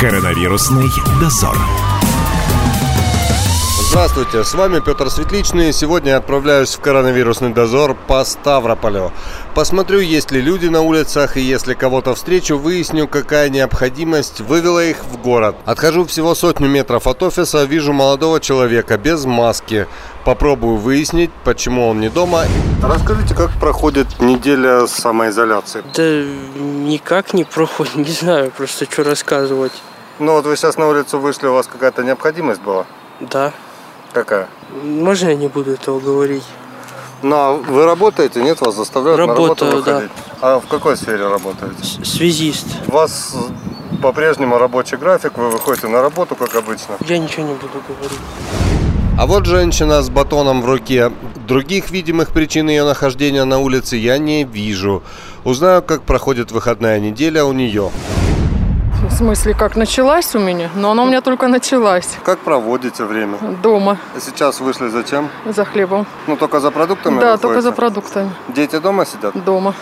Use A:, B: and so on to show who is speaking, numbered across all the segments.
A: Коронавирусный дозор.
B: Здравствуйте, с вами Петр Светличный. Сегодня я отправляюсь в коронавирусный дозор по Ставрополю. Посмотрю, есть ли люди на улицах, и если кого-то встречу, выясню, какая необходимость вывела их в город. Отхожу всего сотню метров от офиса, вижу молодого человека без маски. Попробую выяснить, почему он не дома. Расскажите, как проходит неделя самоизоляции?
C: Да никак не проходит, не знаю просто, что рассказывать.
B: Ну вот вы сейчас на улицу вышли, у вас какая-то необходимость была?
C: Да,
B: Какая?
C: можно я не буду этого говорить?
B: Ну, а вы работаете, нет? Вас заставляют на
C: Работаю,
B: работу
C: да.
B: выходить? А в какой сфере работаете?
C: С- Связист.
B: У вас э, по-прежнему рабочий график, вы выходите на работу, как обычно.
C: Я ничего не буду говорить.
B: А вот женщина с батоном в руке. Других видимых причин ее нахождения на улице я не вижу. Узнаю, как проходит выходная неделя у нее.
D: В смысле, как началась у меня? Но она у меня только началась.
B: Как проводите время?
D: Дома,
B: Сейчас вышли зачем?
D: за хлебом.
B: Ну, только за продуктами
D: да,
B: выходите?
D: только за продуктами.
B: Дети дома сидят?
D: Дома.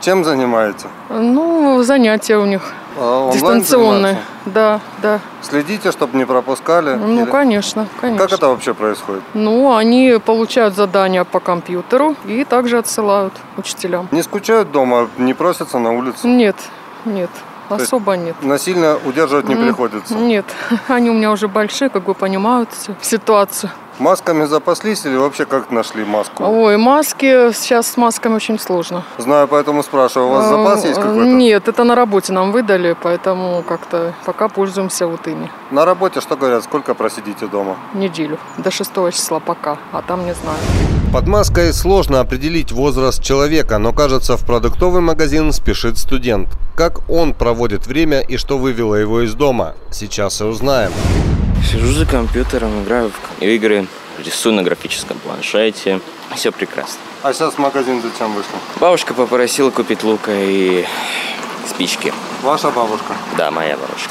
B: Чем занимаете?
D: Ну, занятия у них
B: А, онлайн
D: дистанционные.
B: занимаете?
D: Да, да.
B: Следите, чтобы не пропускали?
D: Ну,
B: Или-
D: конечно, конечно.
B: Как это вообще происходит?
D: Ну, они получают задания по компьютеру и также отсылают учителям.
B: Не скучают дома, не просятся на улицу?
D: Нет, нет,
B: есть-
D: особо нет.
B: Насильно удерживать не
D: М,
B: приходится?
D: Нет, они у меня уже большие, как бы понимают всю ситуацию.
B: Масками запаслись или вообще как нашли маску?
D: Ой, маски, сейчас с масками очень сложно.
B: Знаю, поэтому спрашиваю, у вас запас есть
D: Э,
B: какой-то?
D: Нет, это на работе нам выдали, поэтому как-то пока пользуемся вот ими.
B: На работе что говорят, сколько просидите дома?
D: Неделю, до 6 числа пока, а там не знаю.
B: Под маской сложно определить возраст человека, но кажется, в продуктовый магазин спешит студент. Как он проводит время и что вывело его из дома? Сейчас и узнаем.
E: Сижу за компьютером, играю в игры, рисую на графическом планшете. Все прекрасно.
B: А сейчас в магазин зачем вышли?
E: Бабушка попросила купить лука и спички.
B: Ваша бабушка.
E: Да, моя бабушка.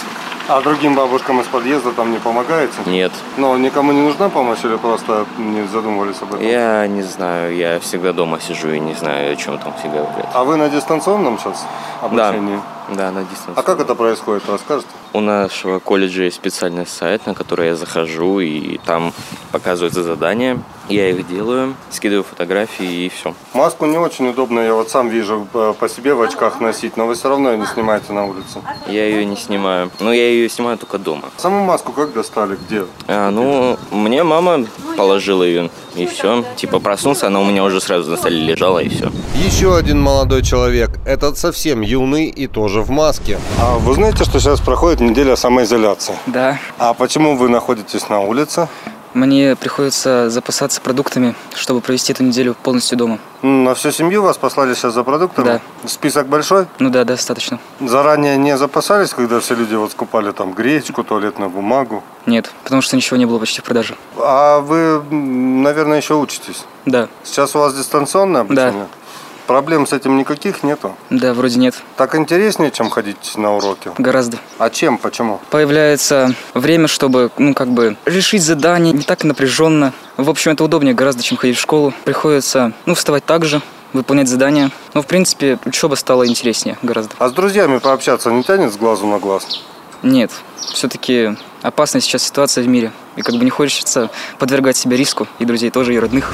B: А другим бабушкам из подъезда там не помогаете?
E: Нет,
B: Но никому не нужна помощь или просто не задумывались об этом?
E: я не знаю, я всегда дома сижу и не знаю, о чем там все говорят.
B: А вы на дистанционном сейчас обучении?
E: Да, на дистанции.
B: А как это происходит, расскажете?
E: У нашего колледжа есть специальный сайт, на который я захожу, и там показываются задания. Я их делаю, скидываю фотографии и все.
B: Маску не очень удобно, я вот сам вижу э, по себе в очках носить, но вы все равно ее не снимаете на улице.
E: Я ее не снимаю. Но я ее снимаю только дома.
B: Саму маску как достали, где?
E: А, ну, мне мама положила ее, и все. Типа проснулся, она у меня уже сразу на столе лежала, и все.
B: Еще один молодой человек, этот совсем юный и тоже в маске. А вы знаете, что сейчас проходит неделя самоизоляции?
F: Да,
B: А почему вы находитесь на улице?
F: мне приходится запасаться продуктами, чтобы провести эту неделю полностью дома.
B: М, На всю семью вас послали сейчас за продуктами? Список большой?
F: Ну да, достаточно.
B: Заранее не запасались, когда все люди вот скупали там гречку, туалетную бумагу?
F: Нет, потому что ничего не было почти в продаже.
B: А вы, м, наверное, еще учитесь?
F: Да,
B: Сейчас у вас дистанционное обучение? Проблем с этим никаких нету?
F: да, вроде нет,
B: Так интереснее, чем ходить на уроки?
F: гораздо.
B: А чем, почему?
F: Появляется время, чтобы, ну как бы, решить задание не так напряженно. В общем, это удобнее гораздо, чем ходить в школу. Приходится, ну, вставать так же, выполнять задания. Но, в принципе, учеба стала интереснее гораздо.
B: А с друзьями пообщаться не тянет с глазу на глаз?
F: Нет, все-таки опасная сейчас ситуация в мире. И как бы не хочется подвергать себя риску, и друзей тоже, и родных.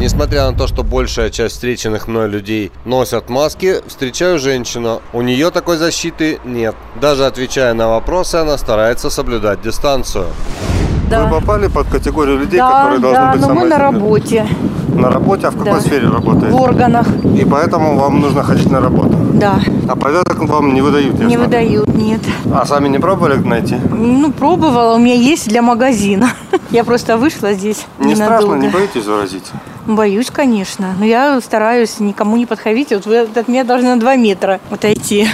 B: Несмотря на то, что большая часть встреченных мной людей носят маски, встречаю женщину. У нее такой защиты нет. Даже отвечая на вопросы, она старается соблюдать дистанцию. Вы попали под категорию людей, которые должны
G: да,
B: быть
G: но мы на
B: самоизоляции?
G: работе,
B: На работе, а в какой
G: Да.
B: сфере
G: в
B: работаете?
G: органах,
B: И поэтому вам нужно ходить на работу.
G: да,
B: А повязок вам не выдают, я
G: не
B: смотрю.
G: выдают, нет.
B: А сами не пробовали найти?
G: Ну, пробовала, у меня есть для магазина. Я просто вышла здесь
B: Не страшно,
G: ненадолго.
B: не боитесь заразить?
G: Боюсь, конечно, но я стараюсь никому не подходить. Вот вы от меня должны на 2 метра отойти.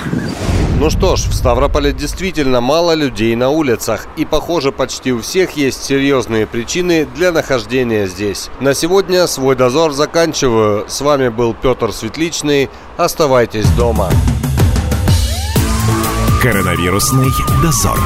B: Ну что ж, в Ставрополе действительно мало людей на улицах, и похоже почти у всех есть серьезные причины для нахождения здесь. На сегодня свой дозор заканчиваю. С вами был Петр Светличный. Оставайтесь дома.
A: Коронавирусный дозор.